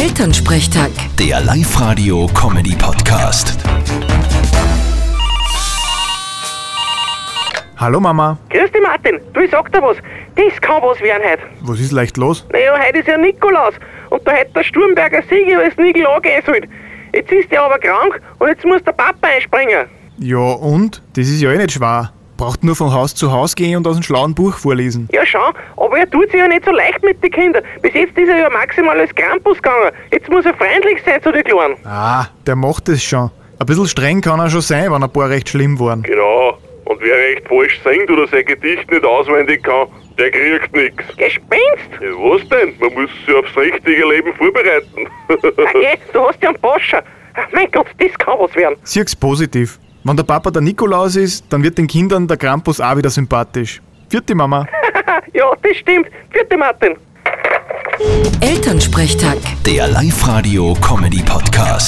Elternsprechtag. Der Live-Radio-Comedy-Podcast. Hallo Mama, Grüß dich, Martin. Du, ich sag dir was. Das kann was werden heute. was ist leicht los? Naja, heute ist ja Nikolaus. Und da hätte der Sturmberger Siege als Nigel angehen sollen. Jetzt ist er aber krank und jetzt muss der Papa einspringen. Ja und? Das ist ja eh nicht schwer. Braucht nur von Haus zu Haus gehen und aus einem schlauen Buch vorlesen. Ja, schau, aber er tut sich ja nicht so leicht mit den Kindern. Bis jetzt ist er ja maximal als Krampus gegangen. Jetzt muss er freundlich sein zu den Kleinen. Ah, der macht es schon. Ein bisschen streng kann er schon sein, wenn ein paar recht schlimm waren. Genau. Und wer recht falsch singt oder sein Gedicht nicht auswendig kann, der kriegt nichts. Gespenst? Ja, was denn? Man muss sich aufs richtige Leben vorbereiten. Ah, geh, du hast ja einen Pascha. Ach, mein Gott, das kann was werden. Sieh's positiv. Wenn der Papa der Nikolaus ist, dann wird den Kindern der Krampus auch wieder sympathisch. Vierte Mama. ja, das stimmt. Vierte Martin. Elternsprechtag. Der Live-Radio-Comedy-Podcast.